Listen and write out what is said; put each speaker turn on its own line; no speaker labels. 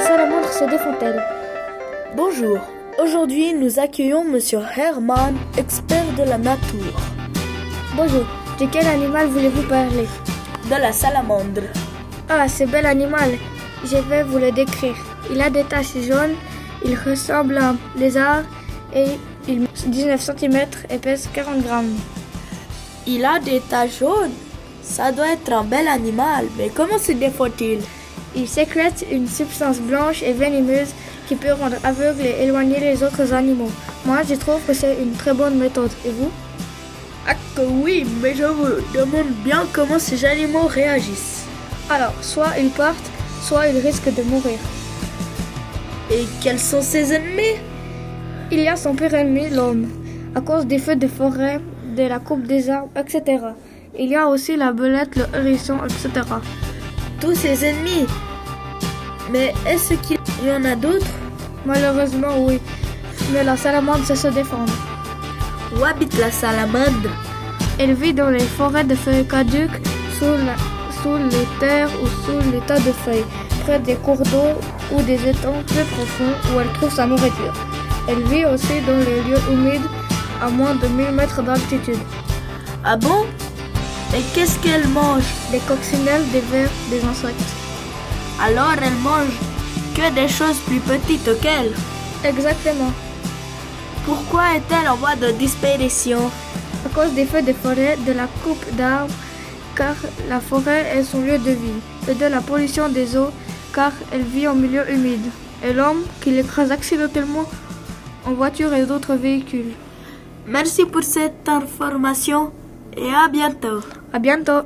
salamandre se défend-elle
Bonjour. Aujourd'hui, nous accueillons Monsieur Herman, expert de la nature,
Bonjour, de quel animal voulez-vous parler
de la salamandre.
Ah, ce bel animal, je vais vous le décrire. Il a des taches jaunes, il ressemble à un lézard et il mesure 19 cm et pèse 40 grammes.
Il a des taches jaunes. Ça doit être un bel animal, mais comment se défend-il
Il sécrète une substance blanche et venimeuse qui peut rendre aveugle et éloigner les autres animaux. Moi, je trouve que c'est une très bonne méthode. Et vous
Ah que oui, mais je vous demande bien comment ces animaux réagissent.
Alors, soit ils partent, soit ils risquent de mourir.
Et quels sont ses ennemis
Il y a son pire ennemi, l'homme, à cause des feux de forêt, de la coupe des arbres, etc. Il y a aussi la belette, le hérisson, etc.
Tous ses ennemis. Mais est-ce qu'il y en a d'autres
Malheureusement, oui. Mais la salamandre sait se défendre.
Où habite la salamandre
Elle vit dans les forêts de feuilles caduques, sous, la- sous les terres ou sous les tas de feuilles, près des cours d'eau ou des étangs très profonds où elle trouve sa nourriture. Elle vit aussi dans les lieux humides à moins de 1000 mètres d'altitude.
Ah bon Et qu'est-ce qu'elle mange
Des coccinelles, des vers, des insectes.
Alors elle mange que des choses plus petites qu'elle.
Exactement.
Pourquoi est-elle en voie de disparition
à cause des feux de forêt, de la coupe d'arbres, car la forêt est son lieu de vie, et de la pollution des eaux, car elle vit en milieu humide, et l'homme qui l'écrase accidentellement en voiture et d'autres véhicules.
Merci pour cette information et à bientôt.
À bientôt!